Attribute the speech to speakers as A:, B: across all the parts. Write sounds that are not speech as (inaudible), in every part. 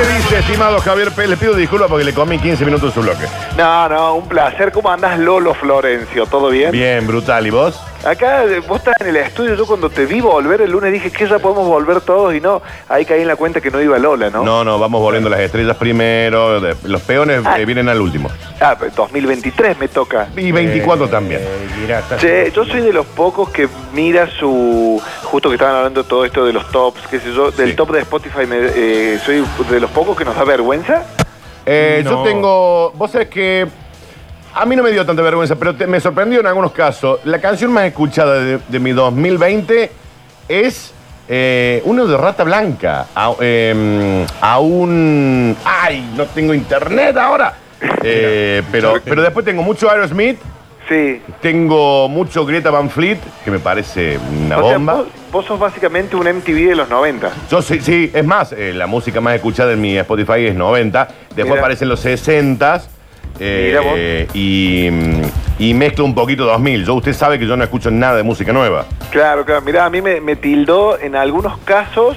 A: ¿Qué dice, estimado Javier Pérez? Le pido disculpas porque le comí 15 minutos de su bloque.
B: No, no, un placer. ¿Cómo andás, Lolo Florencio? ¿Todo bien?
A: Bien, brutal. ¿Y vos?
B: Acá eh, vos estás en el estudio. Yo cuando te vi volver el lunes dije que ya podemos volver todos y no. Ahí caí en la cuenta que no iba Lola, ¿no?
A: No, no, vamos volviendo las estrellas primero. de- Los peones
B: Ah.
A: eh, vienen al último.
B: Ah, pero 2023 me toca.
A: Y
C: Eh,
A: 24 también.
B: Che, yo soy de los pocos que mira su. Justo que estaban hablando todo esto de los tops, qué sé yo, del
A: Sí.
B: top de Spotify. me- eh, soy de los pocos que nos da vergüenza.
A: Eh, Yo
C: No.
A: tengo. Vos sabés que. A mí no me dio tanta vergüenza, pero te- me sorprendió en algunos casos. La canción más escuchada de, de mi 2020 es eh, uno de Rata Blanca. A, eh, a un. ¡Ay! No tengo internet ahora. Eh, pero, pero después tengo mucho Aerosmith,
B: Sí.
A: tengo mucho Greta Van Fleet, que me parece una
B: O sea,
A: bomba.
B: vos, vos sos básicamente un MTV de los 90.
A: Yo sí, sí, es más, eh, la música más escuchada en mi Spotify es 90, después
B: Mira.
A: aparecen los 60
B: Mira vos.
A: eh, y, mm, y mezclo un poquito 2000. Yo, usted sabe que yo no escucho nada de música nueva.
B: Claro, claro. Mirá, a mí me, me tildó en algunos casos,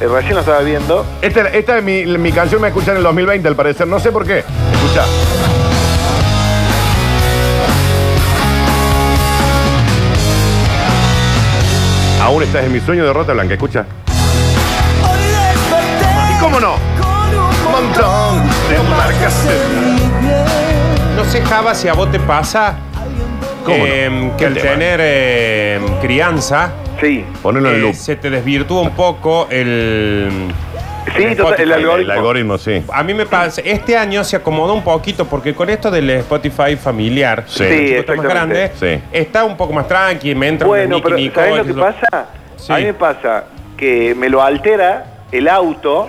B: eh, recién lo estaba viendo,
A: Esta, esta es mi, mi canción me escuchan en el 2020, al parecer, no sé por qué. Escucha. Aún estás en mi sueño de Rota Blanca, escucha. ¿Y cómo no? Un montón de marcas en-
C: No sé, Java, si a vos te pasa
A: ¿Cómo no?
C: eh, que
A: ¿Qué
C: al
A: tema?
C: tener eh, crianza
B: sí.
A: Ponelo en
C: eh,
A: loop.
C: se te desvirtúa un poco el.
B: Sí,
C: el
B: total, el
C: Spotify.
B: algoritmo.
A: El algoritmo, sí.
C: A mí me pasa, este año se acomodó un poquito porque con esto del Spotify familiar,
A: Sí.
C: que los chicos están más
B: exactamente.
C: grandes,
A: Sí.
C: está un poco más tranqui, me entra
B: Bueno,
C: un
B: pero
C: Nicki
B: ¿sabés lo
C: Nicole,
B: que
C: qué sé yo.
B: pasa?
C: Sí.
B: A mí me pasa que me lo altera el auto,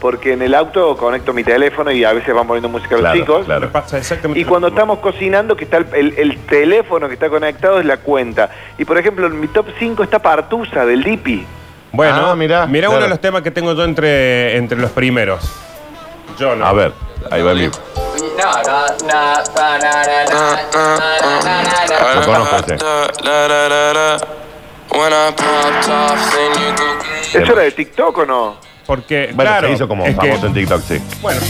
B: porque en el auto conecto mi teléfono y a veces van poniendo música los
A: Claro,
B: chicos.
A: claro.
C: Me pasa exactamente
B: Y
C: lo
B: cuando
C: mismo.
B: estamos cocinando, que está el, el- el teléfono que está conectado es la cuenta. Y por ejemplo, en mi top 5 está Partusa del Dipi.
C: Bueno,
A: Ah, mirá,
C: mira
A: claro.
C: uno de los temas que tengo yo entre, entre los primeros. Yo no.
A: A ver, ahí va el vivo. Lo conozco este.
B: ¿Eso era de TikTok o no?
C: Porque,
A: Bueno,
C: claro,
A: se hizo como
C: es que-
A: famoso en TikTok, sí.
C: Bueno,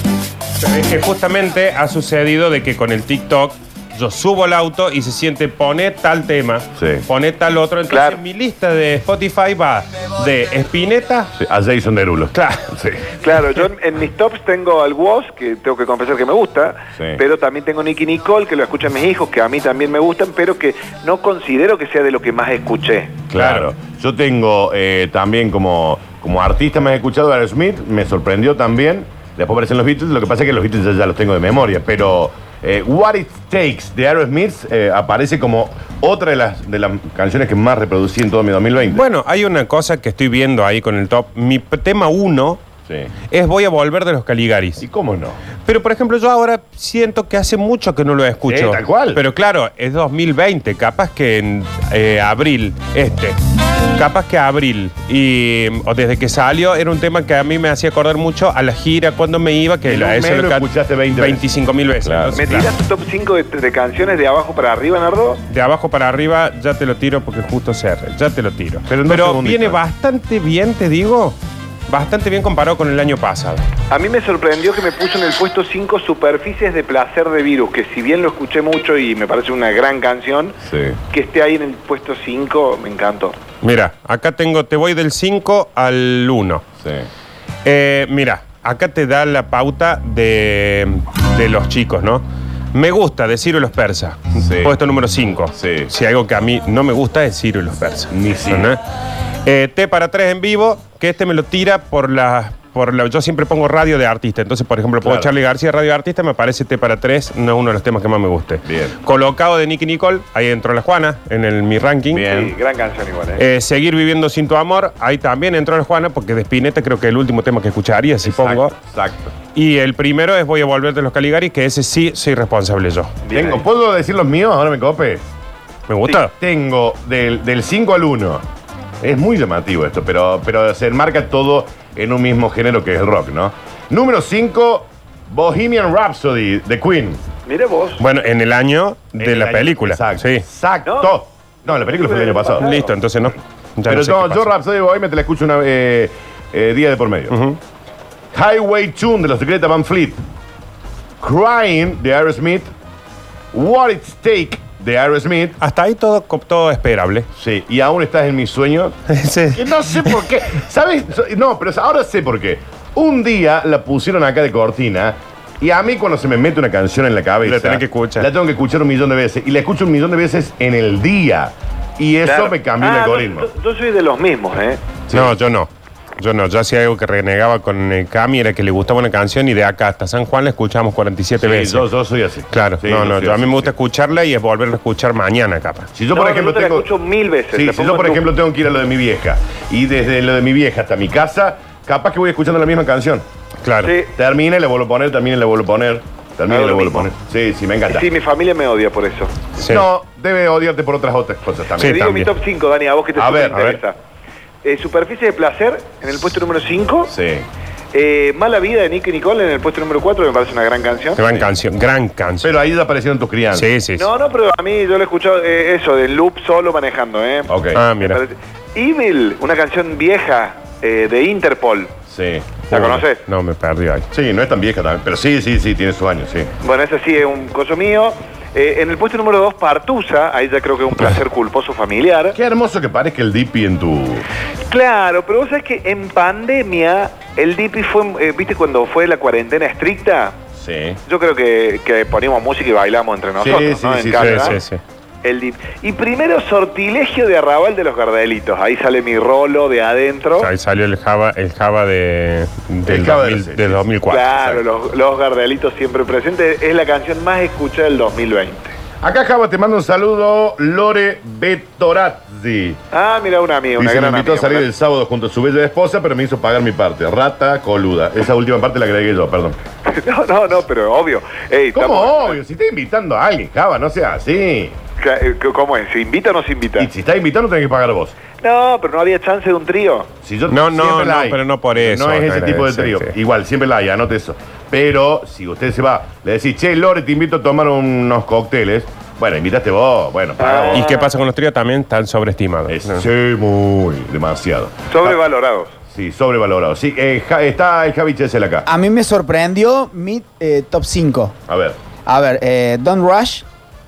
C: es que justamente ha sucedido de que con el TikTok yo subo el auto y se siente pone tal tema,
A: Sí.
C: pone tal otro. Entonces
B: Claro.
C: mi lista de Spotify va de Espineta.
A: Sí, A Jason Derulo.
C: Claro.
A: Sí.
B: Claro, yo en, en mis tops tengo al Woz, que tengo que confesar que me gusta,
A: Sí.
B: pero también tengo Nicky Nicole, que lo escuchan mis hijos, que a mí también me gustan, pero que no considero que sea de lo que más escuché.
A: Claro. Yo tengo eh, también como, como artista me he escuchado a Smith, me sorprendió también. Después aparecen los Beatles, lo que pasa es que los Beatles ya, ya los tengo de memoria, pero eh, What It Takes de Aerosmith eh, aparece como otra de las, de las canciones que más reproducí en todo mi 2020.
C: Bueno, hay una cosa que estoy viendo ahí con el top. Mi p- tema uno
A: Sí.
C: es Voy a volver de los Caligaris.
A: ¿Y cómo no?
C: Pero por ejemplo, yo ahora siento que hace mucho que no lo escucho.
A: Sí, tal cual.
C: Pero claro, es 2020, capaz que en eh, abril, este. Capaz que abril. Y mm, o desde que salió era un tema que a mí me hacía acordar mucho a la gira cuando me iba, que
A: En
C: la
A: un
C: eso
A: mes lo
C: can-
A: escuchaste 20 veces.
C: 25 mil veces.
A: Claro.
C: Entonces,
B: ¿Me
C: claro,
B: tiras tu top 5 de, de canciones de abajo para arriba, Nardo?
C: De abajo para arriba ya te lo tiro porque justo se arre, ya te lo tiro.
A: Pero en dos segunditos.
C: viene bastante bien, te digo. Bastante bien comparado con el año pasado.
B: A mí me sorprendió que me puso en el puesto 5 Superficies de Placer de Virus, que si bien lo escuché mucho y me parece una gran canción,
A: Sí.
B: que esté ahí en el puesto 5 me encantó.
C: Mira, acá tengo, te voy del 5 al 1.
A: Sí.
C: Eh, mira, acá te da la pauta de, de los chicos, ¿no? Me gusta de Ciro y los persas.
A: Sí.
C: Puesto número 5.
A: Sí.
C: Si algo que a mí no me gusta es Ciro y los persas.
A: Ni Ciro.
C: ¿No? Eh, T para 3 en vivo, que este me lo tira por las por la, yo siempre pongo radio de artista. Entonces, por ejemplo, pongo
A: Claro.
C: Charlie García, radio de artista, me parece T para tres, no es uno de los temas que más me guste.
A: Bien.
C: Colocado de Nicky Nicole, ahí entró la Juana, en el mi ranking.
A: Bien.
B: Sí, gran canción igual, ¿eh?
C: Eh, seguir viviendo sin tu amor, ahí también entró la Juana, porque de Spinetta creo que es el último tema que escucharía, si pongo.
A: Exacto.
C: Y el primero es Voy a volver de los Caligaris, que ese sí soy responsable yo.
B: Bien
A: Tengo,
B: ahí.
A: ¿Puedo decir los míos? Ahora me cope.
C: ¿Me gusta?
A: Tengo del, del 5 al 1. Es muy llamativo esto, pero, pero se enmarca todo en un mismo género que es el rock, ¿no? Número 5, Bohemian Rhapsody de Queen.
B: Mire vos.
C: Bueno, en el año de
A: En
C: la
A: el año-
C: película.
A: Exacto.
C: Sí.
A: Exacto. No, la película fue el año pasado.
B: Claro.
C: Listo, entonces no. Ya
A: Pero
C: no sé
A: yo,
C: qué
A: yo
C: pasa.
A: Rhapsody Bohemia te la escucho una eh, eh, día de por medio. Highway Tune de la secreta Van Fleet. Crying de Aerosmith. What It Take de Aerosmith.
C: Hasta ahí todo, co-
A: (laughs)
C: todo esperable.
A: Sí, y aún estás en mis sueños.
C: Sí.
A: Que no sé por qué. ¿Sabes? So- No, pero ahora sé por qué. Un día la pusieron acá de cortina. Y a mí cuando se me mete una canción en la cabeza...
C: La tenés que escuchar.
A: La tengo que escuchar un millón de veces. Y la escucho un millón de veces en el día. Y eso
B: Claro.
A: me cambió el
B: Ah,
A: algoritmo.
B: Yo, yo soy de los mismos, ¿eh?
C: No, yo no. Yo no, yo hacía algo que renegaba con el Cami, era que le gustaba una canción y de acá hasta San Juan la escuchamos 47
A: Sí,
C: veces.
A: yo, yo soy así.
C: Claro,
A: Sí,
C: no, no,
A: soy
C: yo a mí
A: así,
C: me gusta
A: sí.
C: escucharla y es volverla a escuchar mañana, capaz.
A: Si yo,
B: No,
A: por
B: no,
A: ejemplo,
B: yo te la
A: tengo.
B: escucho mil veces,
A: Sí,
B: la
A: si yo,
B: pongo
A: por
B: en
A: ejemplo, tengo que ir a lo de mi vieja. Y desde lo de mi vieja hasta mi casa, capaz que voy escuchando la misma canción.
C: Claro.
B: Sí.
A: Termina y la vuelvo a poner, termina y la vuelvo a poner. Termina y
B: Hago
A: la
B: lo
A: vuelvo a poner.
B: mismo.
A: Sí, sí, me encanta.
B: Sí, mi familia me odia por eso.
C: Sí.
A: No, debe odiarte por otras otras cosas
B: Te
A: también.
C: Sí.
B: digo
C: también.
B: mi top 5, Dani, a vos que te
A: A ver,
B: superinteresa. Eh, superficie de placer en el puesto número 5.
A: Sí.
B: Eh, Mala vida de Nicky Nicole en el puesto número 4, me parece una gran canción.
C: Gran canción, gran canción.
A: Pero ahí ya aparecieron tus crianzas.
C: sí, sí. sí.
B: No, no, pero a mí yo lo he escuchado eh, eso, de loop solo manejando, ¿eh?
A: Ok.
C: Ah,
B: Me
C: mira.
B: parece- Evil, una canción vieja eh, de Interpol.
A: Sí.
B: ¿La
C: Uy,
B: conoces?
C: No, me perdí ahí.
A: Sí, no es tan vieja también. Pero sí, sí, sí, tiene sus años, sí.
B: Bueno, ese sí es un coso mío. Eh, en el puesto número 2, Partusa, ahí ya creo que es un placer culposo familiar.
A: Qué hermoso que parezca el Dipi en tu.
B: Claro, pero vos sabés que en pandemia el DP fue, eh, viste, cuando fue la cuarentena estricta,
A: Sí.
B: yo creo que, que poníamos música y bailamos entre nosotros,
A: Sí, sí,
B: ¿no?
A: sí,
B: en
A: sí,
B: casa.
C: Sí, sí, sí.
B: El DIP. Y primero, sortilegio de arrabal de los gardelitos. Ahí sale mi rolo de adentro.
C: Ahí salió el Java, el Java de, del,
A: El Java de
C: 2000
A: los-
C: del 2004.
B: claro, los, los gardelitos siempre presentes. Es la canción más escuchada del 2020.
A: Acá, Java, te mando un saludo. Lore Betorazzi.
B: Ah, mira, un amigo, una
A: Dice, me
B: gran
A: invitó a
B: amiga,
A: salir
B: una-
A: el sábado junto a su bella esposa, pero me hizo pagar mi parte. Rata coluda. Esa última parte la agregué yo, perdón.
B: (laughs) No, no, no, pero obvio. Ey,
A: ¿Cómo
B: estamos-
A: obvio? Si está invitando a alguien, Java, no sea así.
B: Ca- eh, ¿Cómo es? ¿Se invita o no se invita?
A: Y si está invitando, tenés que pagar vos.
B: No, pero no había chance de un trío.
A: Si yo-
C: No, no,
A: siempre la
C: no,
A: hay.
C: pero no por eso,
A: No es
C: no
A: ese
C: era
A: tipo de
C: ese,
A: trío.
C: sí.
A: Igual, siempre la hay, anote eso. Pero si usted se va, le decís, che, Lore, te invito a tomar unos cócteles. Bueno, invitaste vos, bueno, paga
B: Ah.
A: vos.
C: ¿Y qué pasa con los tríos? También están sobreestimados.
A: Es-
C: No.
A: Sí, muy, demasiado.
B: Sobrevalorados.
A: Sí, sobrevalorado. Sí, eh, Ja- está el Javi Chesel acá.
D: A mí me sorprendió mi eh, top 5.
A: A ver.
D: A ver, eh, Don't Rush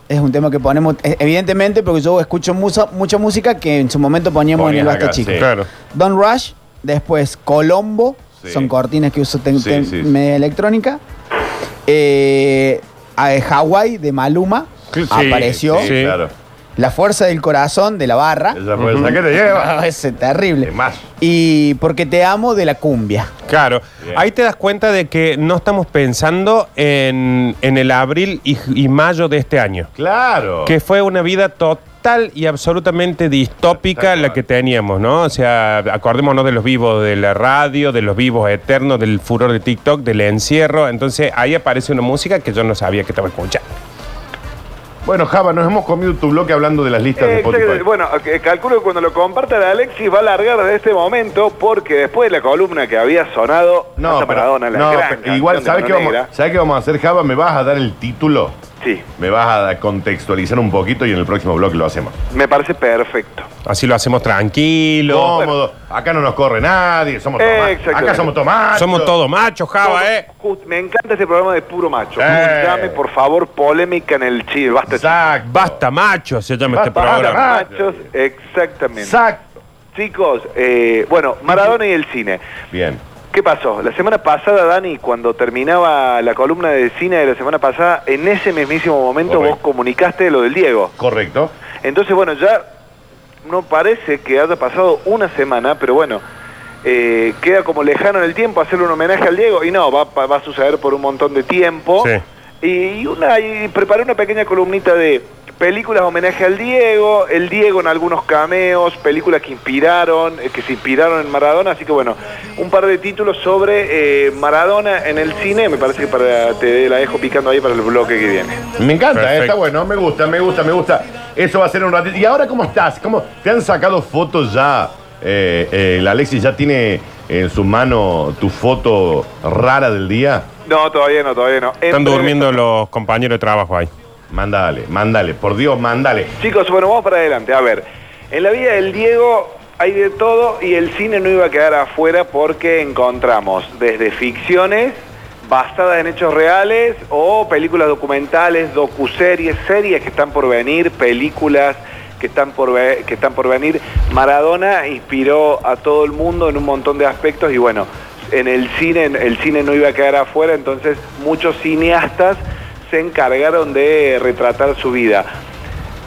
D: es un tema que ponemos, eh, evidentemente, porque yo escucho musa- mucha música que en su momento poníamos
A: Ponías
D: en el Basta
A: acá,
D: Chico.
A: sí.
C: Claro.
D: Don Rush, después Colombo,
A: Sí.
D: son cortinas que uso ten-
A: Sí,
D: ten-
A: sí, sí.
D: media electrónica. Eh, a- Hawái de Maluma
C: Sí,
D: apareció.
A: Sí,
C: Sí.
A: claro.
D: La fuerza del corazón de la barra.
A: Esa
D: (laughs) Ah,
A: fue esa que te lleva.
D: Ese es terrible.
A: Es más.
D: Y porque te amo de la cumbia.
C: Claro,
A: Bien.
C: ahí te das cuenta de que no estamos pensando en, en el abril y, y mayo de este año,
A: Claro.
C: que fue una vida total y absolutamente distópica
A: Tal cual.
C: la que teníamos, ¿no? O sea, acordémonos de los vivos de la radio, de los vivos eternos, del furor de TikTok, del encierro, entonces ahí aparece una música que yo no sabía que estaba escuchando.
A: Bueno, Java, nos hemos comido tu bloque hablando de las listas de
B: Eh,
A: Spotify.
B: bueno, eh, calculo que cuando lo comparta la Alexis va a largar de este momento porque después de la columna que había sonado
A: No,
B: Santa
A: pero,
B: Maradona, la
A: no,
B: gran
A: pero
B: canción
A: igual,
B: de
A: ¿sabes qué,
B: Mano
A: vamos,
B: Negra.
A: ¿sabes qué vamos a hacer, Java? Me vas a dar el título,
B: Sí,
A: me vas a contextualizar un poquito y en el próximo bloque lo hacemos.
B: me parece perfecto.
C: Así lo hacemos tranquilo.
A: Cómodo, acá no nos corre nadie, somos
B: Eh,
A: tomates.
B: exactamente.
A: Acá somos tomates.
C: Somos todos machos,
B: Todo-
C: Java, ¿eh?
B: just- me encanta este programa de puro macho.
A: Eh.
B: Dame, por favor, polémica en el chile. Basta,
A: Exacto.
C: Basta macho, se llama
A: Basta,
C: este programa.
A: basta,
B: chicos. machos. Exactamente.
A: Exacto.
B: Chicos, eh, bueno, Maradona y el cine.
A: Bien.
B: ¿Qué pasó? La semana pasada, Dani, cuando terminaba la columna de cine de la semana pasada, en ese mismísimo momento
A: Correcto.
B: vos comunicaste lo del Diego.
A: Correcto.
B: Entonces, bueno, ya no parece que haya pasado una semana, pero bueno, eh, queda como lejano en el tiempo hacerle un homenaje al Diego y no, va, pa- va a suceder por un montón de tiempo.
C: Sí.
B: Y, una, y preparé una pequeña columnita de películas homenaje al Diego, el Diego en algunos cameos, películas que inspiraron, eh, que se inspiraron en Maradona, así que bueno, un par de títulos sobre eh, Maradona en el cine, me parece que para, te la dejo picando ahí para el bloque que viene.
A: Me encanta, eh,
C: Perfecto.
A: está bueno, me gusta, me gusta, me gusta. Eso va a ser un ratito. ¿Y ahora cómo estás? ¿Cómo te han sacado fotos ya? Eh, eh, el Alexis ya tiene en su mano tu foto rara del día.
B: No, todavía no, todavía no.
C: Están
B: En breve-
C: durmiendo los compañeros de trabajo ahí.
A: Mándale, mándale, por Dios, mándale.
B: Chicos, bueno, vamos para adelante. A ver, en la vida del Diego hay de todo y el cine no iba a quedar afuera porque encontramos desde ficciones basadas en hechos reales o películas documentales, docuseries, series que están por venir, películas que están por ve- que están por venir. Maradona inspiró a todo el mundo en un montón de aspectos y bueno, en el cine el cine no iba a quedar afuera, entonces muchos cineastas se encargaron de retratar su vida.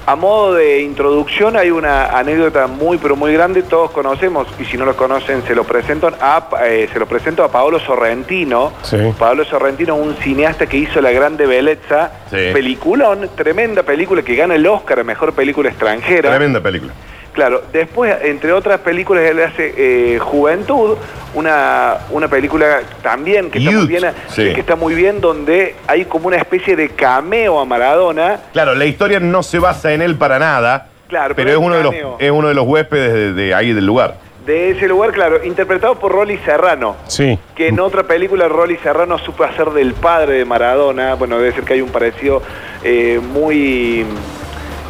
B: A modo de introducción hay una anécdota muy pero muy grande, todos conocemos, y si no lo conocen se lo presento a, eh, se lo presento a Paolo Sorrentino.
C: Sí.
B: Paolo Sorrentino, un cineasta que hizo La Grande Belleza,
A: Sí.
B: peliculón, tremenda película que gana el Oscar a Mejor Película Extranjera.
A: Tremenda película.
B: Claro, después, entre otras películas, él hace eh, Juventud, una, una película también que está, muy
A: Youth,
B: bien,
A: sí.
B: que está muy bien, donde hay como una especie de cameo a Maradona.
A: Claro, la historia no se basa en él para nada.
B: Claro,
A: pero,
B: pero
A: es
B: es un
A: uno de
B: cameo.
A: los es uno de los huéspedes de, de ahí del lugar.
B: de ese lugar, claro, interpretado por Rolly Serrano,
C: Sí.
B: que en otra película Rolly Serrano supo hacer del padre de Maradona, bueno, debe ser que hay un parecido eh, muy...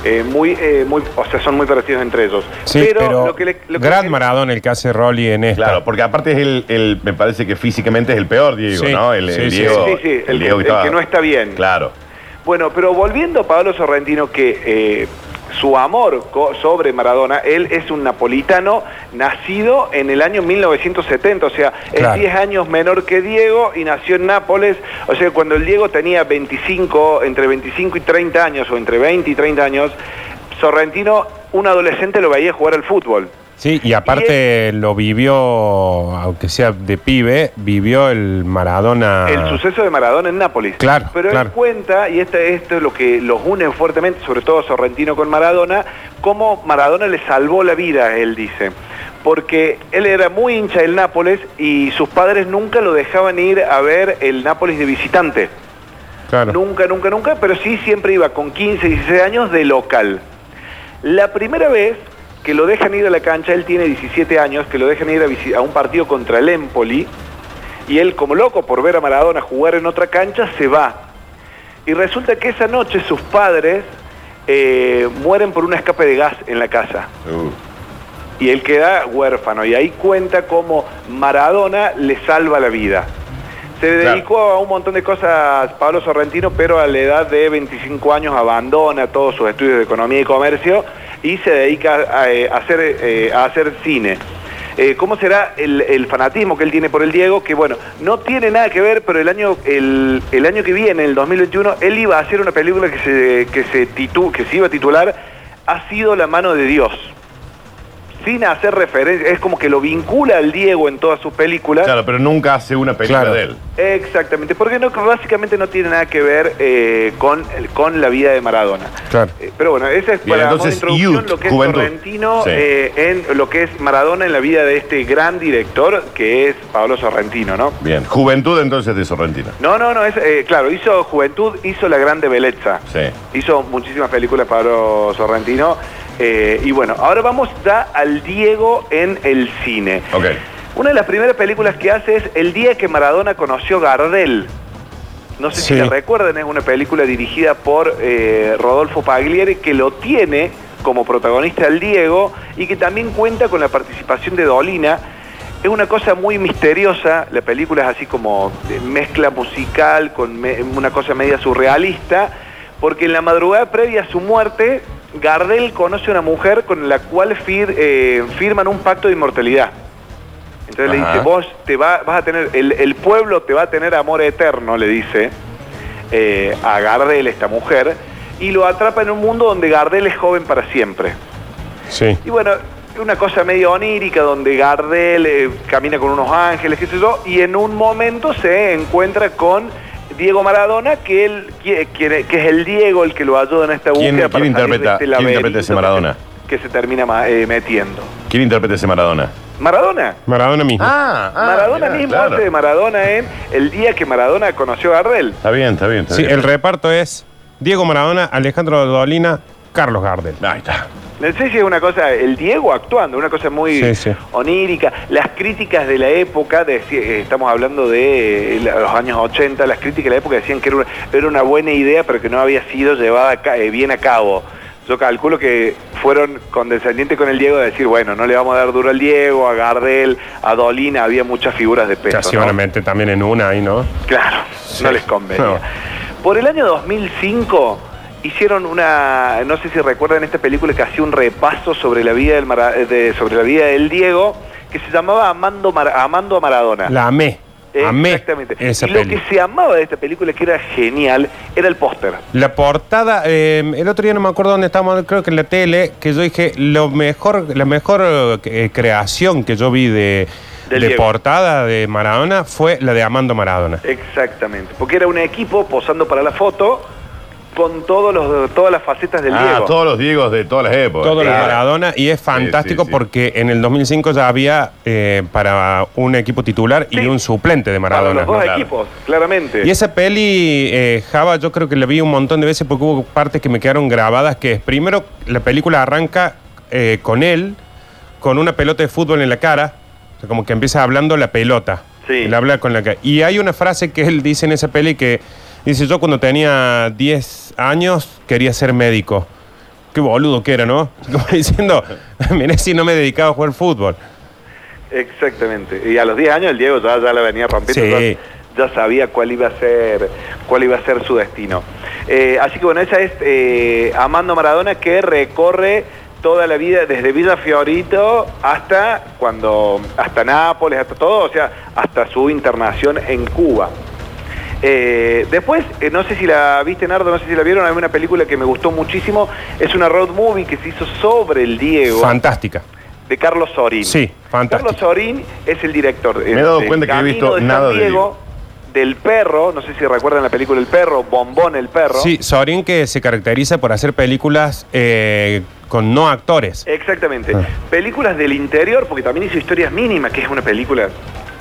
B: eh, muy, eh, muy, o sea, son muy parecidos entre ellos.
C: Sí, pero,
B: lo que le- lo que
C: gran
B: le-
C: Maradona el que hace Rolly en esta.
A: Claro, porque aparte es el, el- me parece que físicamente es el peor Diego,
C: Sí,
A: ¿no? El,
C: sí,
A: el
C: sí,
A: Diego,
B: sí, sí, el que- el que no está bien.
A: Claro.
B: Bueno, pero volviendo a Pablo Sorrentino, que eh, su amor co- sobre Maradona, él es un napolitano nacido en el año 1970, o sea,
C: Claro.
B: es 10 años menor que Diego y nació en Nápoles, o sea, cuando el Diego tenía 25, entre 25 y 30 años, o entre 20 y 30 años, Sorrentino, un adolescente, lo veía jugar al fútbol.
C: Sí, y aparte lo vivió, aunque sea de pibe, vivió el Maradona.
B: el suceso de Maradona en Nápoles.
C: Ah. Claro,
B: Pero
C: claro.
B: él cuenta, y este- esto es lo que los une fuertemente, sobre todo Sorrentino con Maradona, cómo Maradona le salvó la vida, él dice. Porque él era muy hincha del Nápoles y sus padres nunca lo dejaban ir a ver el Nápoles de visitante.
C: Claro.
B: Nunca, nunca, nunca, pero sí siempre iba con 15, 16 años de local. La primera vez que lo dejan ir a la cancha, él tiene 17 años, que lo dejan ir a, visi- a un partido contra el Empoli, y él como loco por ver a Maradona jugar en otra cancha, se va. Y resulta que esa noche sus padres eh, mueren por un escape de gas en la casa
A: Uh.
B: y él queda huérfano. Y ahí cuenta cómo Maradona le salva la vida. Se
A: Claro.
B: dedicó a un montón de cosas Pablo Sorrentino, pero a la edad de 25 años abandona todos sus estudios de economía y comercio y se dedica a, eh, a hacer, eh, a hacer cine. Eh, ¿Cómo será el, el fanatismo que él tiene por el Diego? Que bueno, no tiene nada que ver, pero el año, el, el año que viene, el 2021, él iba a hacer una película que se, que, se titu- que se iba a titular Ha sido la mano de Dios sin hacer referencia, es como que lo vincula al Diego en todas sus películas.
A: Claro, pero nunca hace una película
C: Claro.
A: de él.
B: Exactamente, porque no, básicamente no tiene nada que ver eh, con, con la vida de Maradona.
C: Claro.
B: Eh, pero bueno, esa es
A: Bien,
B: para modo de
A: entonces,
B: introducción
A: youth,
B: lo que es
A: juventud.
B: Sorrentino,
A: Sí.
B: eh, en lo que es Maradona en la vida de este gran director que es Pablo Sorrentino, ¿no?
A: Bien. Juventud entonces de Sorrentina.
B: No, no, no, es, eh, claro, hizo Juventud, hizo La Grande Belleza.
A: Sí.
B: Hizo muchísimas películas Pablo Sorrentino. eh, y bueno, ahora vamos ya al Diego en el cine.
A: Ok.
B: Una de las primeras películas que hace es El día que Maradona conoció Gardel. No sé
C: Sí.
B: si la recuerdan, es una película dirigida por eh, Rodolfo Pagliari que lo tiene como protagonista el Diego y que también cuenta con la participación de Dolina. Es una cosa muy misteriosa, la película es así como de mezcla musical con me- una cosa media surrealista, porque en la madrugada previa a su muerte, Gardel conoce a una mujer con la cual fir- eh, firman un pacto de inmortalidad. Entonces le
A: Ajá.
B: dice, vos te va- vas a tener, el, el pueblo te va a tener amor eterno, le dice eh, a Gardel, esta mujer, y lo atrapa en un mundo donde Gardel es joven para siempre.
C: Sí.
B: Y bueno, una cosa medio onírica donde Gardel eh, camina con unos ángeles, qué sé yo, y en un momento se encuentra con Diego Maradona, que, él, que, que- que es el Diego el que lo ayuda en esta búsqueda.
A: ¿Quién-
B: para
A: quién
B: salir de
A: interpreta-
B: este
A: quién interpreta ese
B: laberinto
A: Maradona?
B: Que se termina ma- eh, metiendo.
A: ¿Quién interpreta ese
C: (laughs)
A: Maradona?
B: ¿Maradona?
C: Maradona mismo.
A: Ah,
B: Maradona
A: mirá,
B: mismo
A: claro.
B: hace de Maradona en el día que Maradona conoció a Gardel.
A: Está bien, está bien. Está
C: Sí,
A: bien.
C: el reparto es Diego Maradona, Alejandro Dolina, Carlos Gardel.
A: Ahí está.
B: No sé si es una cosa, el Diego actuando, una cosa muy
C: Sí, sí.
B: onírica. Las críticas de la época, decía- eh, estamos hablando de eh, la- los años 80, las críticas de la época decían que era una, era una buena idea, pero que no había sido llevada a ca- eh, bien a cabo. Yo calculo que fueron condescendientes con el Diego de decir, bueno, no le vamos a dar duro al Diego, a Gardel, a Dolina, había muchas figuras de peso.
C: Ya se
B: ¿no?
C: van a meter también en una ahí, ¿no?
B: Claro, no les convenía.
C: No.
B: Por el año 2005 hicieron una, no sé si recuerdan esta película que hacía un repaso sobre la vida del Mara- de- sobre la vida del Diego, que se llamaba Amando, Mar- Amando a Maradona.
C: La amé. Amé
B: Ah. Exactamente.
C: esa
B: y lo
C: peli.
B: que se amaba de esta película, que era genial, era el póster.
C: La portada, eh, el otro día no me acuerdo dónde estábamos, creo que en la tele, que yo dije, lo mejor, la mejor eh, creación que yo vi de,
B: Del
C: de
B: Diego.
C: portada de Maradona fue la de Amando Maradona.
B: Exactamente. Porque era un equipo posando para la foto con todos los, todas las facetas del
A: Ah,
B: Diego.
A: todos los Diegos de todas las épocas.
C: Todo el
A: Claro.
C: Maradona y es fantástico
A: sí, sí.
C: porque en el 2005 ya había eh, para un equipo titular y
B: Sí.
C: un suplente de
B: para
C: Maradona.
B: los dos
C: ¿no?
B: equipos, claramente.
C: Y esa peli, eh, Java, yo creo que la vi un montón de veces porque hubo partes que me quedaron grabadas, que es primero, la película arranca eh, con él, con una pelota de fútbol en la cara, o sea, como que empieza hablando la pelota.
B: Sí.
C: Él habla con la cara. Y hay una frase que él dice en esa peli que dice, yo cuando tenía 10 años quería ser médico. Qué boludo que era, ¿no? (laughs) Como diciendo, mire si no me dedicaba a jugar fútbol.
B: Exactamente. Y a los 10 años el Diego ya, ya la venía rompiendo.
C: Sí.
B: Ya, ya sabía cuál iba a ser, cuál iba a ser su destino. Eh, así que bueno, esa es eh, Amando Maradona que recorre toda la vida desde Villa Fiorito hasta cuando hasta Nápoles, hasta todo, o sea, hasta su internación en Cuba. Eh, después, eh, no sé si la viste, Nardo, no sé si la vieron, hay una película que me gustó muchísimo, es una road movie que se hizo sobre el Diego
C: Fantástica.
B: de Carlos Sorín.
C: Sí, fantástico.
B: Carlos Sorín es el director. eh,
A: Me he dado
B: de
A: cuenta que he
B: Camino
A: visto
B: de San
A: nada de
B: Diego, del perro, no sé si recuerdan la película El perro, Bombón el perro.
C: Sí, Sorin que se caracteriza por hacer películas eh, con no
A: Eh.
C: actores.
B: Exactamente.
C: Ah.
B: Películas del interior, porque también hizo Historias Mínimas, que es una película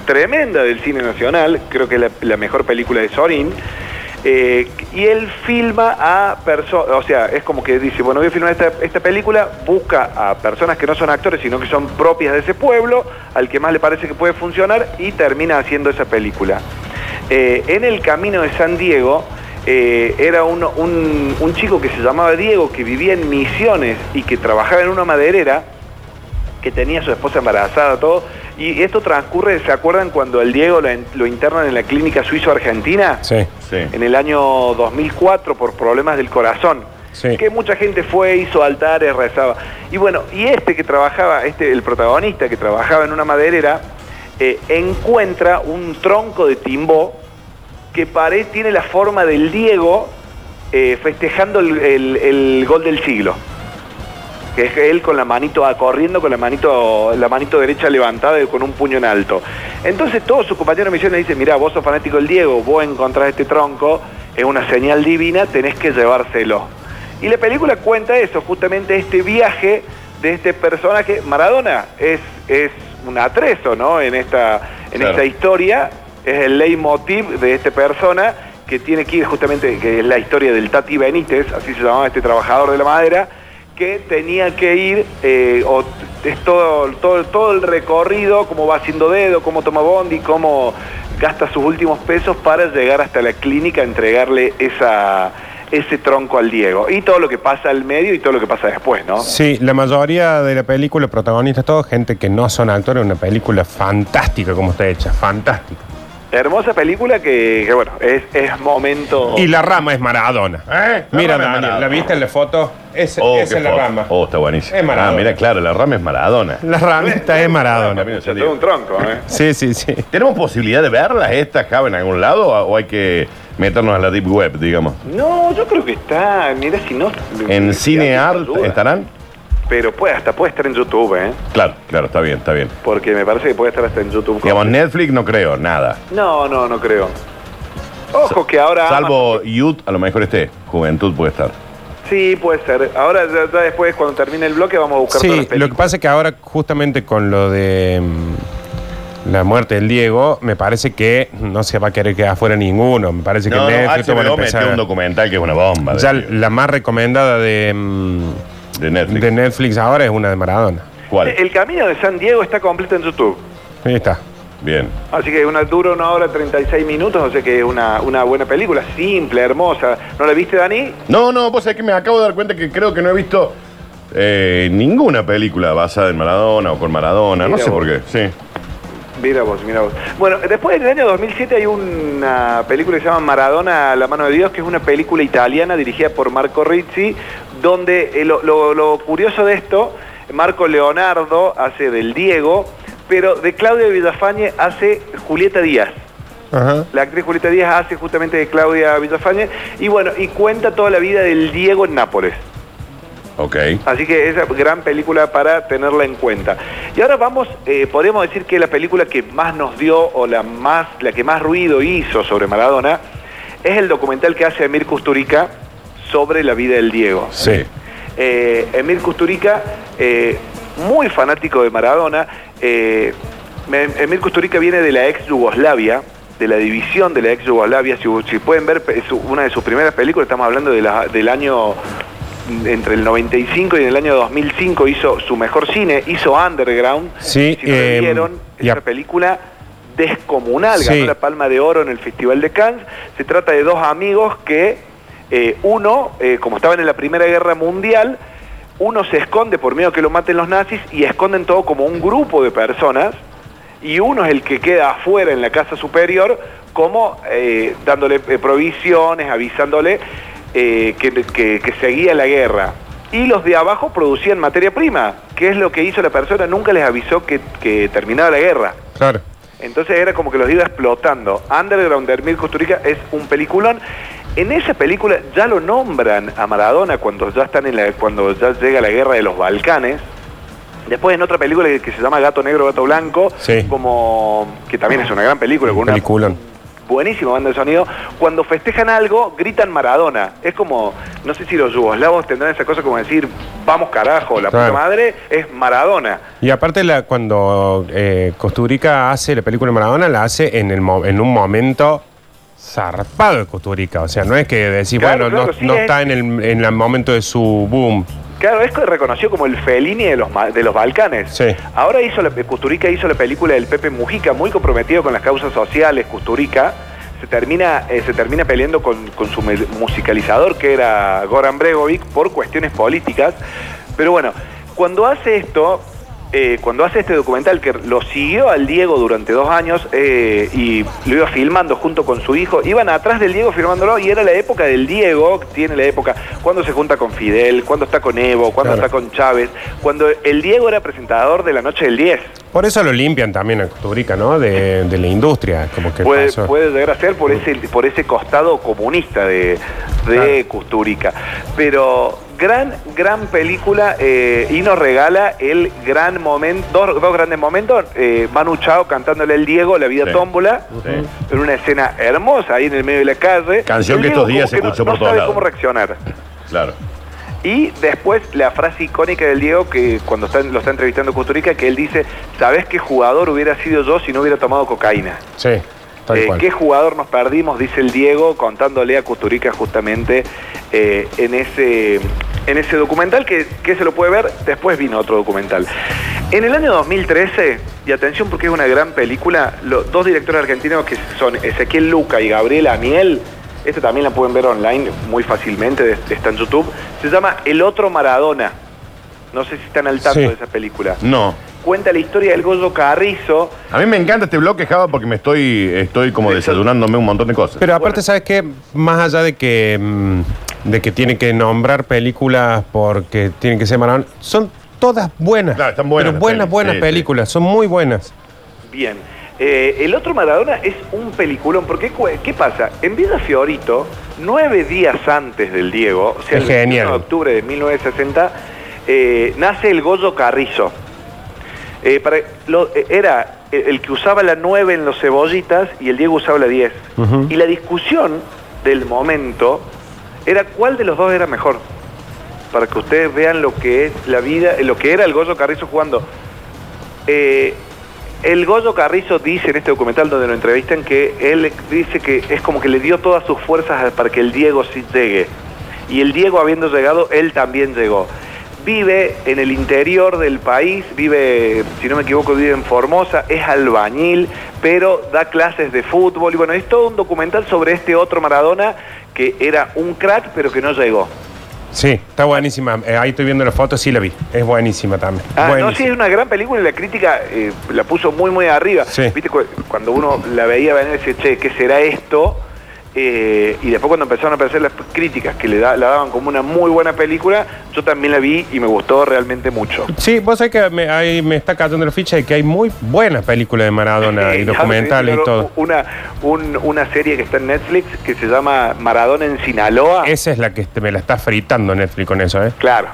B: tremenda del cine nacional, creo que es la, la mejor película de Sorin. Eh, y él filma a personas, o sea, es como que dice, bueno, voy a filmar esta, esta película, busca a personas que no son actores, sino que son propias de ese pueblo, al que más le parece que puede funcionar, y termina haciendo esa película. Eh, en el camino de San Diego eh, era un, un- un chico que se llamaba Diego, que vivía en Misiones y que trabajaba en una maderera, que tenía a su esposa embarazada, todo. Y esto transcurre, ¿se acuerdan cuando el Diego lo, en- lo internan en la clínica suizo-argentina?
C: Sí.
A: Sí.
B: En el año 2004 por problemas del corazón.
C: Sí.
B: Que mucha gente fue, hizo altares, rezaba. Y bueno, y este que trabajaba, este, el protagonista que trabajaba en una maderera, eh, encuentra un tronco de timbó que pare- tiene la forma del Diego eh, festejando el, el- el gol del siglo. Que es él con la manito, ah, corriendo con la manito, la manito derecha levantada y con un puño en alto. Entonces todos sus compañeros de misión le dicen, mirá, vos sos fanático del Diego, vos encontrás este tronco, es una señal divina, tenés que llevárselo. Y la película cuenta eso, justamente este viaje de este personaje. Maradona es, es un atrezo, ¿no? En esta, en
A: Claro.
B: esta historia es el leitmotiv de esta persona que tiene que ir justamente, que es la historia del Tati Benítez, así se llamaba este trabajador de la madera, que tenía que ir, eh, o t- es todo, todo, todo el recorrido, cómo va haciendo dedo, cómo toma bondi, cómo gasta sus últimos pesos para llegar hasta la clínica a entregarle esa, ese tronco al Diego. Y todo lo que pasa al medio y todo lo que pasa después, ¿no?
C: Sí, la mayoría de la película, protagonistas, todo gente que no son actores, una película fantástica como está hecha, fantástica.
B: Hermosa película que, que, bueno, es, es momento...
C: Y la rama es Maradona.
A: Oh. ¿Eh? La
C: Mira,
A: rama es
C: Daniel,
A: Maradona.
C: ¿la viste en la foto? Esa,
A: Oh,
C: esa
A: qué
C: es la
A: foto.
C: rama.
A: Oh, está buenísimo.
C: Es Maradona.
A: Ah, mira, claro, la rama es Maradona. (laughs)
C: La ramita es Maradona.
A: Camino de San
B: Todo
A: Diego.
B: un tronco, ¿eh?
C: Sí, sí, sí.
A: ¿Tenemos posibilidad de verlas estas, Java, en algún lado? ¿O hay que meternos a la Deep Web, digamos?
B: No, yo creo que está. Mira, si no.
A: ¿En
B: si alguien
A: Cinear
B: me ayuda.
A: estarán?
B: Pero puede, hasta puede estar en YouTube, ¿eh?
A: Claro, claro, está bien, está bien.
B: Porque me parece que puede estar hasta en YouTube.
A: Digamos, Netflix no creo, nada.
B: No, no, no creo. Ojo que ahora...
A: Salvo Youth, a lo mejor esté. Juventud puede estar.
B: Sí, puede ser. Ahora, ya, ya después, cuando termine el bloque, vamos a buscar todas
C: Sí,
B: las
C: lo que
B: películas.
C: pasa es que ahora justamente con lo de mm, la muerte del Diego, me parece que no se va a querer quedar afuera ninguno. Me parece que
A: No, no,
C: Netflix van a
A: HBO
C: empezar-
A: metió un documental que es una bomba. de-
C: Ya la más recomendada de, mm,
A: de Netflix.
C: de Netflix ahora es una de Maradona.
A: ¿Cuál?
B: El camino de San Diego está completo en YouTube.
C: Ahí está.
A: Bien.
B: Así que una, dura una hora 36 minutos, o sea que es una, una buena película, simple, hermosa. ¿No la viste, Dani?
A: No, no, vos sabés que me acabo de dar cuenta que creo que no he visto eh, ninguna película basada en Maradona o con Maradona. No
B: Mira
A: sé
B: vos.
A: por qué. Sí.
B: Mira vos, mira vos. Bueno, después del año 2007 hay una película que se llama Maradona, la mano de Dios, que es una película italiana dirigida por Marco Rizzi, donde eh, lo, lo- lo curioso de esto, Marco Leonardo hace del Diego, pero de Claudia Villafañe hace Julieta Díaz. La actriz Julieta Díaz hace justamente de Claudia Villafañe y bueno, y cuenta toda la vida del Diego en Nápoles.
A: Ok.
B: Así que esa gran película para tenerla en cuenta. Y ahora vamos, eh, podríamos decir que la película que más nos dio o la, más, la que más ruido hizo sobre Maradona es el documental que hace Emir Kusturica sobre la vida del Diego.
A: Sí.
B: Eh, Emir Kusturica, eh, muy fanático de Maradona. eh, me- Emir Kusturica viene de la ex Yugoslavia, de la división de la ex Yugoslavia. Si, si pueden ver pe- su- una de sus primeras películas, estamos hablando de la- del año entre el 95 y el año 2005 hizo su mejor cine, hizo Underground.
C: Sí,
B: si no lo
C: eh,
B: vieron,
C: y
B: esa
C: a-
B: película descomunal, ganó
C: Sí.
B: la Palma de Oro en el Festival de Cannes. Se trata de dos amigos que eh, uno, eh, como estaban en la Primera Guerra Mundial, uno se esconde por miedo a que lo maten los nazis y esconden todo como un grupo de personas y uno es el que queda afuera en la casa superior como eh, dándole eh, provisiones, avisándole eh, que, que- que seguía la guerra. Y los de abajo producían materia prima, que es lo que hizo la persona, nunca les avisó que- que terminaba la guerra.
C: Claro.
B: Entonces era como que los iba explotando. Underground de Hermil Costurica es un peliculón. En esa película ya lo nombran a Maradona cuando ya están en la, cuando ya llega la guerra de los Balcanes. Después en otra película que, que se llama Gato Negro, Gato Blanco,
C: Sí.
B: como que también es una gran película, con una
C: Peliculón.
B: buenísima banda de sonido. Cuando festejan algo, gritan Maradona. Es como, no sé si los yugoslavos tendrán esa cosa como decir, vamos carajo, la
C: Claro.
B: puta madre, es Maradona.
C: Y aparte la, cuando eh, Costurica hace la película Maradona, la hace en, el mo- en un momento zarpado de Costurica. O sea, no es que decís,
B: Claro,
C: bueno,
B: claro,
C: no,
B: sí,
C: no
B: es-
C: está en el, en el momento de su boom.
B: Claro, es reconocido como el Fellini de los, ma- de los Balcanes.
C: Sí.
B: Ahora hizo la, Custurica hizo la película del Pepe Mujica, muy comprometido con las causas sociales, Custurica. Se termina, eh, se termina peleando con, con su me- musicalizador, que era Goran Bregovic, por cuestiones políticas. Pero bueno, cuando hace esto, eh, cuando hace este documental que lo siguió al Diego durante dos años eh, y lo iba filmando junto con su hijo, iban atrás del Diego filmándolo y era la época del Diego, tiene la época, cuando se junta con Fidel, cuando está con Evo, cuando
C: Claro.
B: está con Chávez, cuando el Diego era presentador de la noche del 10.
C: Por eso lo limpian también a Costurica, ¿no? De, de la industria, como que
B: Puede,
C: pasó.
B: puede llegar a ser por
A: Mm.
B: ese, por ese costado comunista de, de Kusturica. Pero gran, gran película eh, y nos regala el gran momento, dos, dos grandes momentos, eh, Manu Chao cantándole el Diego, La vida
A: Sí.
B: tómbola,
A: Sí.
B: en una escena hermosa ahí en el medio de la calle.
A: Canción
B: El
A: que
B: Diego
A: estos días
B: como
A: se
B: que no-
A: escuchó
B: no
A: por todos
B: sabe
A: lados.
B: cómo reaccionar.
A: Claro.
B: Y después la frase icónica del Diego que cuando está- lo está entrevistando Custurica, que él dice, ¿sabés qué jugador hubiera sido yo si no hubiera tomado cocaína?
C: Sí, tal
B: Eh,
C: cual.
B: ¿Qué jugador nos perdimos? Dice el Diego contándole a Custurica justamente eh, en, ese, en ese documental que, que se lo puede ver. Después vino otro documental. En el año 2013, y atención porque es una gran película, los dos directores argentinos que son Ezequiel Luca y Gabriel Aniel, esta también la pueden ver online muy fácilmente, de- está en YouTube, se llama El Otro Maradona. No sé si están al tanto
C: Sí.
B: de esa película.
A: No.
B: Cuenta la historia del Goyo Carrizo,
A: A mí me encanta este bloque, Java, porque me estoy, estoy como
B: Sí,
A: desayunándome un montón de cosas.
C: Pero aparte,
B: Bueno.
C: ¿sabes qué? Más allá de que, mm, de que tiene que nombrar películas porque tienen que ser Maradona, son todas buenas.
A: Claro, están buenas
C: Pero
A: las
C: buenas,
A: pelis.
C: buenas
A: Sí,
C: películas, son muy buenas.
B: Bien. Eh, el otro Maradona es un peliculón, porque cu- ¿qué pasa? En Villa Fiorito, nueve días antes del Diego, o sea,
C: Es
B: el
C: genial.
B: de octubre de 1960, eh, nace el Goyo Carrizo. Eh, para- lo- eh, era el- el que usaba la 9 en los cebollitas y el Diego usaba la 10.
C: Ujú.
B: Y la discusión del momento era cuál de los dos era mejor. Para que ustedes vean lo que es la vida, eh, lo que era el Goyo Carrizo jugando. Eh, el Goyo Carrizo dice en este documental donde lo entrevistan que él dice que es como que le dio todas sus fuerzas para que el Diego sí llegue. Y el Diego habiendo llegado, él también llegó. Vive en el interior del país, vive, si no me equivoco, vive en Formosa, es albañil, pero da clases de fútbol. Y bueno, es todo un documental sobre este otro Maradona que era un crack, pero que no llegó.
C: Sí, está buenísima. Eh, ahí estoy viendo la foto, sí la vi. Es buenísima también.
B: Ah,
C: Buenísima.
B: no, sí, es una gran película y la crítica eh, la puso muy, muy arriba.
C: Sí.
B: Viste, cu- cuando uno la veía venir decía, che, ¿qué será esto? Eh, y después cuando empezaron a aparecer las críticas que le da- la daban como una muy buena película, yo también la vi y me gustó realmente mucho.
C: Sí, vos sabés que me, ahí me está cayendo la ficha de que hay muy buenas películas de Maradona y
B: Eh,
C: documentales y
B: ahora
C: todo.
B: se hizo Una, un- una serie que está en Netflix que se llama Maradona en Sinaloa.
C: Esa es la que este, me la está fritando Netflix con eso, ¿eh?
B: Claro,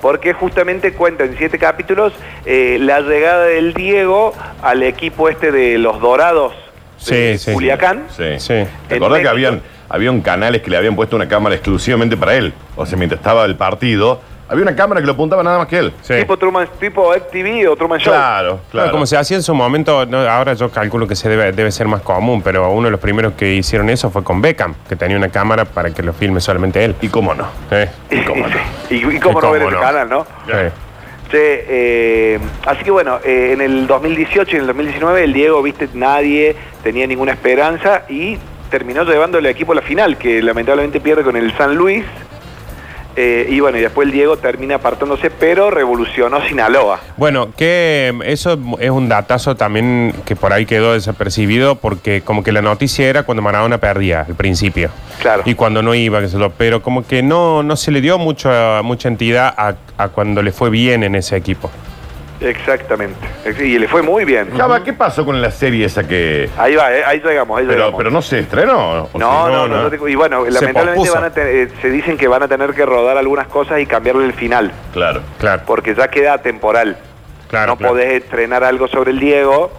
B: porque justamente cuenta en siete capítulos eh, la llegada del Diego al equipo este de los Dorados de
C: Sí, sí.
B: Culiacán.
A: Sí.
C: Sí.
A: ¿Te acordás
B: En
A: que
B: México.
A: habían, habían canales que le habían puesto una cámara exclusivamente para él? O sea, mientras estaba el partido, había una cámara que lo apuntaba nada más que él.
C: Sí.
B: Tipo Truman, tipo TV o Truman Show.
A: Claro, claro.
C: Como se hacía en su momento, no, ahora yo calculo que se debe, debe ser más común, pero uno de los primeros que hicieron eso fue con Beckham, que tenía una cámara para que lo filme solamente él.
A: Y cómo no.
C: Eh,
B: Y, (laughs)
A: cómo no.
B: y- y cómo no
C: Cómo
B: ver ese
C: no.
B: canal, ¿no?
C: eh.
B: Che, eh, así que bueno, eh, en el 2018 y en el 2019 el Diego, viste, nadie tenía ninguna esperanza y terminó llevando el equipo a la final, que lamentablemente pierde con el San Luis. Eh, y bueno, y después el Diego termina apartándose, pero revolucionó Sinaloa.
C: Bueno, que em, eso es un datazo también que por ahí quedó desapercibido porque como que la noticia era cuando Maradona perdía al principio.
B: Claro.
C: Y cuando no iba, que se lo- pero como que no, no se le dio mucha, mucha entidad a, a cuando le fue bien en ese equipo.
B: Exactamente. Ex- Y le fue muy bien.
A: Java, ¿qué pasó con la serie esa que.?
B: Ahí va, eh, ahí llegamos, ahí
A: Pero,
B: llegamos.
A: pero no se estrenó. ¿o
B: No,
A: sí?
B: no, no, no te- y bueno, lamentablemente
C: pospuso.
B: van a te- eh, se dicen que van a tener que rodar algunas cosas y cambiarle el final,
A: Claro.
C: Claro.
B: porque ya queda temporal.
C: Claro,
B: no
C: claro.
B: podés estrenar algo sobre el Diego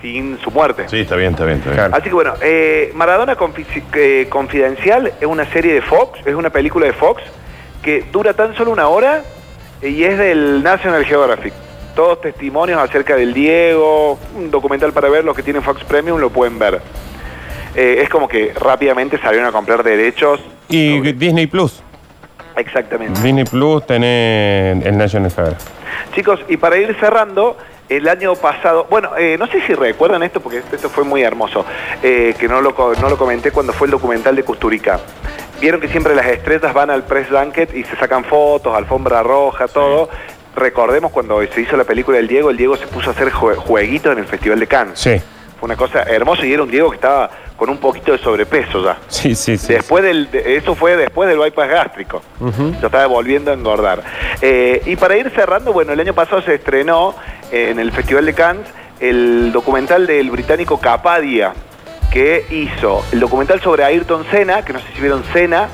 B: sin su muerte.
A: Sí, está bien, está bien, está bien.
C: Claro.
B: Así que bueno, eh, Maradona Confi- eh, Confidencial es una serie de Fox, es una película de Fox que dura tan solo una hora y es del National Geographic. Todos testimonios acerca del Diego, un documental para ver, los que tienen Fox Premium lo pueden ver. Eh, es como que rápidamente salieron a comprar derechos.
C: Y
B: Sobre-
C: Disney Plus.
B: Exactamente.
C: Disney Plus tenés el National Geographic.
B: Chicos, y para ir cerrando, el año pasado, bueno, eh, no sé si recuerdan esto, porque esto, esto fue muy hermoso, eh, que no lo, co- no lo comenté cuando fue el documental de Custurica. Vieron que siempre las estrellas van al press junket y se sacan fotos, alfombra roja, todo. Recordemos cuando se hizo la película del Diego, el Diego se puso a hacer jue- jueguitos en el Festival de Cannes.
C: Sí,
B: Fue una cosa hermosa y era un Diego que estaba con un poquito de sobrepeso ya.
C: sí, sí. sí
B: Después del, de- eso fue después del bypass gástrico. Yo estaba volviendo a engordar. Eh, y para ir cerrando, bueno, el año pasado se estrenó eh, en el Festival de Cannes el documental del británico Capadia, que hizo el documental sobre Ayrton Senna, que no sé si vieron Senna,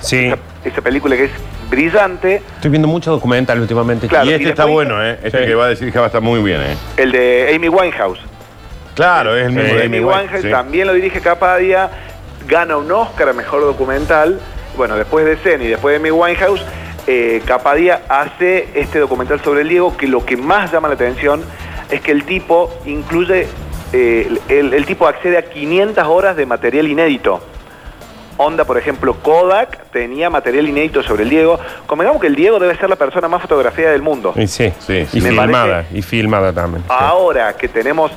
C: Sí.
B: esa, esa película que es brillante,
C: Estoy viendo mucho documental últimamente.
B: Claro,
A: Y
B: y
A: este está
B: después-
A: bueno, ¿eh? Este
C: Sí.
A: que va a decir Java está muy bien, ¿eh?
B: el de Amy Winehouse.
A: Claro, es el mismo
C: Sí.
A: de
B: Amy
A: Amy White,
B: Winehouse
A: sí.
B: también lo dirige Capadia, gana un Oscar a mejor documental. Bueno, después de Zen y después de Amy Winehouse, eh, Capadia hace este documental sobre el Diego que lo que más llama la atención es que el tipo incluye, eh, el, el- el tipo accede a 500 horas de material inédito. Onda, por ejemplo, Kodak tenía material inédito sobre el Diego. Convengamos que el Diego debe ser la persona más fotografiada del mundo.
C: Y sí,
A: Sí, sí.
C: y
B: Me
C: filmada,
B: parece- Ah,
C: y filmada también.
B: Ahora que tenemos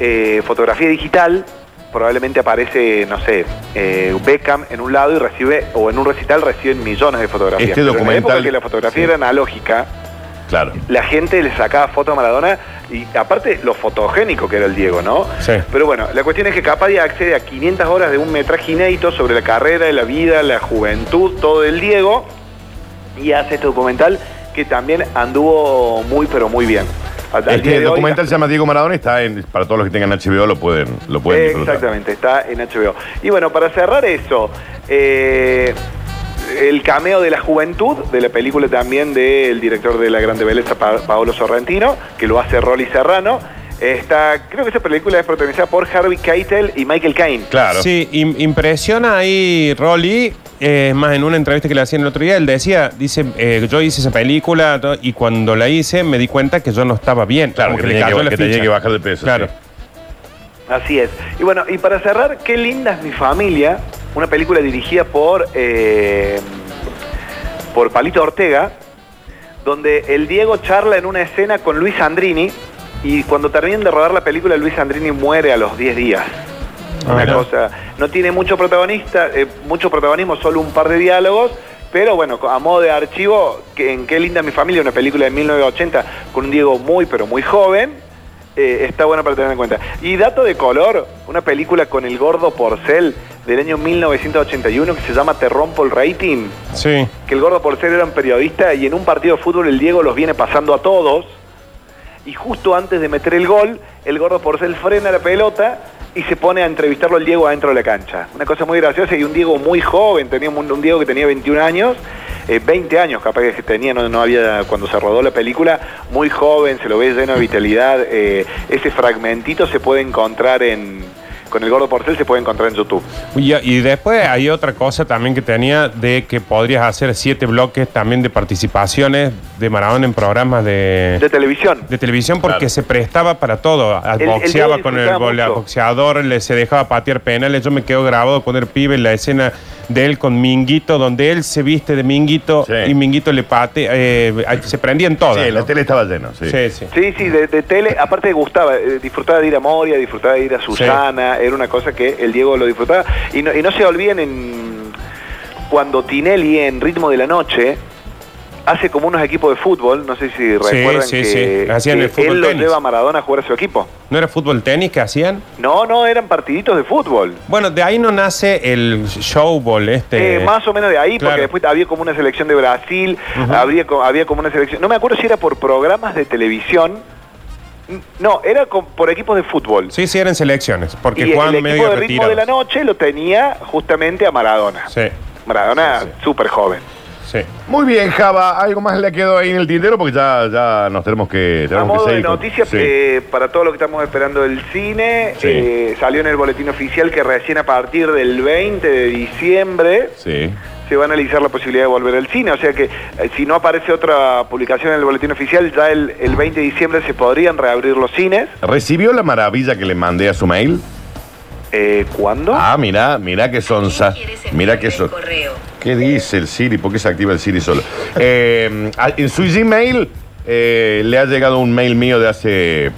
B: eh, fotografía digital, probablemente aparece, no sé, eh, Beckham en un lado y recibe, o en un recital reciben millones de fotografías.
A: Este
B: Pero En la época
A: documental-
B: que la fotografía
A: sí.
B: era analógica,
A: Claro.
B: la gente le sacaba foto a Maradona y aparte lo fotogénico que era el Diego, ¿no?
C: Sí.
B: Pero bueno, la cuestión es que Capadia accede a 500 horas de un metraje inédito sobre la carrera, la vida, la juventud, todo del Diego y hace este documental que también anduvo muy pero muy bien. Al- al día
A: Este
B: de hoy,
A: documental se llama Diego Maradona y está en, para todos los que tengan HBO lo pueden, lo
B: Eh,
A: pueden disfrutar.
B: Exactamente, está en HBO. Y bueno, para cerrar eso, eh, el cameo de la juventud, de la película también del director de La Grande Belleza, Pa- Paolo Sorrentino, que lo hace Rolly Serrano. Está, creo que esa película es protagonizada por Harvey Keitel y Michael Caine.
A: Claro.
C: Sí, im- impresiona ahí Rolly. eh, Es más, en una entrevista que le hacían el otro día, él decía, dice, eh, yo hice esa película to- y cuando la hice me di cuenta que yo no estaba bien.
A: Claro,
C: Como
A: que tenía
C: cayó
A: que-
C: la
A: que tenía
C: ficha.
A: que bajar de peso,
C: Claro.
A: sí.
B: Así es. Y bueno, y para cerrar, Qué linda es mi familia, una película dirigida por, eh, por Palito Ortega, donde el Diego charla en una escena con Luis Andrini y cuando terminan de rodar la película, Luis Andrini muere a los 10 días.
C: Ah,
B: Una
C: mira.
B: cosa, no tiene mucho protagonista, eh, mucho protagonismo, solo un par de diálogos, pero bueno, a modo de archivo, que en Qué linda mi familia, una película de 1980 con un Diego muy pero muy joven, eh, está bueno para tener en cuenta. Y dato de color, una película con el gordo Porcel del año 1981 que se llama Te rompo el rating,
C: Sí.
B: que el gordo Porcel era un periodista y en un partido de fútbol el Diego los viene pasando a todos y justo antes de meter el gol, el gordo Porcel frena la pelota y se pone a entrevistarlo al Diego adentro de la cancha. Una cosa muy graciosa y un Diego muy joven, tenía un, un Diego que tenía 21 años, eh, 20 años capaz que tenía, no, no había cuando se rodó la película, muy joven, se lo ve lleno de vitalidad, eh, ese fragmentito se puede encontrar en, con el gordo Porcel se puede encontrar en YouTube.
C: Y, y después hay otra cosa también que tenía de que podrías hacer siete bloques también de participaciones de Maradona en programas de,
B: De televisión.
C: de televisión porque
A: Claro.
C: se prestaba para todo.
B: el Diego
C: Boxeaba con el
B: disfrutaba
C: bola-
B: mucho.
C: boxeador, le, se dejaba patear penales. Yo me quedo grabado con el pibe en la escena de él con Minguito, donde él se viste de Minguito
A: Sí.
C: y Minguito le patea. eh, ay, se prendían todas.
A: Sí, la
C: ¿no?
A: tele estaba llena, sí.
C: sí, sí.
B: Sí, sí, de, de tele, aparte gustaba, eh, disfrutaba de ir a Moria, disfrutaba de ir a Susana, era una cosa que el Diego lo disfrutaba. Y no, y no se olviden en cuando Tinelli en Ritmo de la Noche hace como unos equipos de fútbol, no sé si recuerdan
C: sí,
B: que,
C: sí, hacían
B: que
C: el fútbol
B: él lo
C: tenis.
B: lleva a Maradona a jugar a su equipo.
C: ¿No era fútbol tenis que hacían?
B: No, no, eran partiditos de fútbol.
C: Bueno, de ahí no nace el showball este.
B: Eh, más o menos de ahí,
C: claro.
B: porque después había como una selección de Brasil, había, co- había como una selección, no me acuerdo si era por programas de televisión, N- no, era con- por equipos de fútbol.
C: Sí, sí, eran selecciones, porque
B: y el
C: jugaban
B: equipo
C: medio
B: de ritmo de la
C: retirados.
B: noche lo tenía justamente a Maradona.
C: Sí,
B: Maradona
C: Sí,
B: súper joven.
C: sí.
A: Muy bien, Java. Algo más le quedó ahí en el tintero porque ya, ya nos tenemos que.
B: A
A: tenemos que
B: modo de
A: seguir con-
B: noticias,
A: sí.
B: eh, para todo lo que estamos esperando del cine,
A: Sí.
B: eh, salió en el boletín oficial que recién a partir del 20 de diciembre
A: Sí.
B: se va a analizar la posibilidad de volver al cine. O sea que eh, si no aparece otra publicación en el boletín oficial, ya el, el 20 de diciembre se podrían reabrir los cines.
A: ¿Recibió la maravilla que le mandé a su mail?
B: Eh, ¿Cuándo?
A: Ah, mirá, mirá que sonza. Mirá que son. ¿Qué dice el Siri? ¿Por qué se activa el Siri solo? Eh, a- en su Gmail eh, le ha llegado un mail mío de hace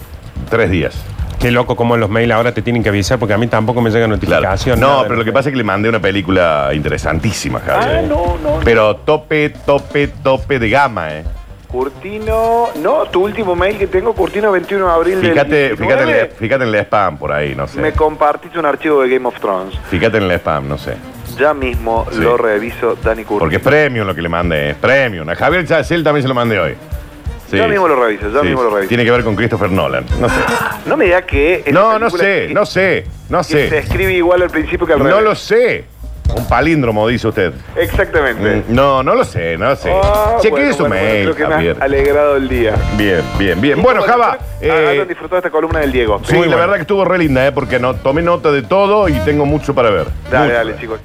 A: tres días.
C: Qué loco como los mails ahora te tienen que avisar porque a mí tampoco me llega
A: Claro.
C: notificación.
A: No,
C: nada.
A: pero lo que pasa es que le mandé una película interesantísima, Javier.
B: Ah, no, no, no.
A: Pero tope, tope, tope de gama, ¿eh?
B: Curtino, no, tu último mail que tengo, Curtino 21 de abril del
A: Fíjate, fíjate, en
B: 19.
A: la, fíjate en la spam por ahí, no
B: Me
A: sé.
B: compartiste un archivo de Game of Thrones.
A: Fíjate en la spam, no sé.
B: Ya mismo
A: Sí.
B: lo reviso, Dani Curtino.
A: Porque es premium lo que le mandé, es premium. A Javier Chacel también se lo mandé hoy. Sí.
B: Ya mismo lo reviso, ya
A: Sí,
B: mismo lo reviso.
A: Tiene que ver con Christopher Nolan. No
B: (laughs)
A: sé.
B: No me digas que. esa
A: No, no
B: película
A: sé,
B: que-
A: no sé, no
B: que Se
A: sé.
B: escribe igual al principio que al
A: No
B: revés.
A: lo sé. Un palíndromo, dice usted.
B: Exactamente.
A: Mm, No, no lo sé, no lo sé.
B: Ah,
A: Chequee
B: bueno,
A: su
B: bueno, bueno,
A: mail,
B: creo que me
A: Javier.
B: has alegrado el día.
A: Bien, bien, bien. Bueno, Java, eh,
B: Eh... disfrutado esta columna del Diego.
A: sí, la verdad que estuvo re linda, ¿eh? Porque no, tomé nota de todo y tengo mucho para ver.
B: Dale,
A: Mucho.
B: dale, chicos.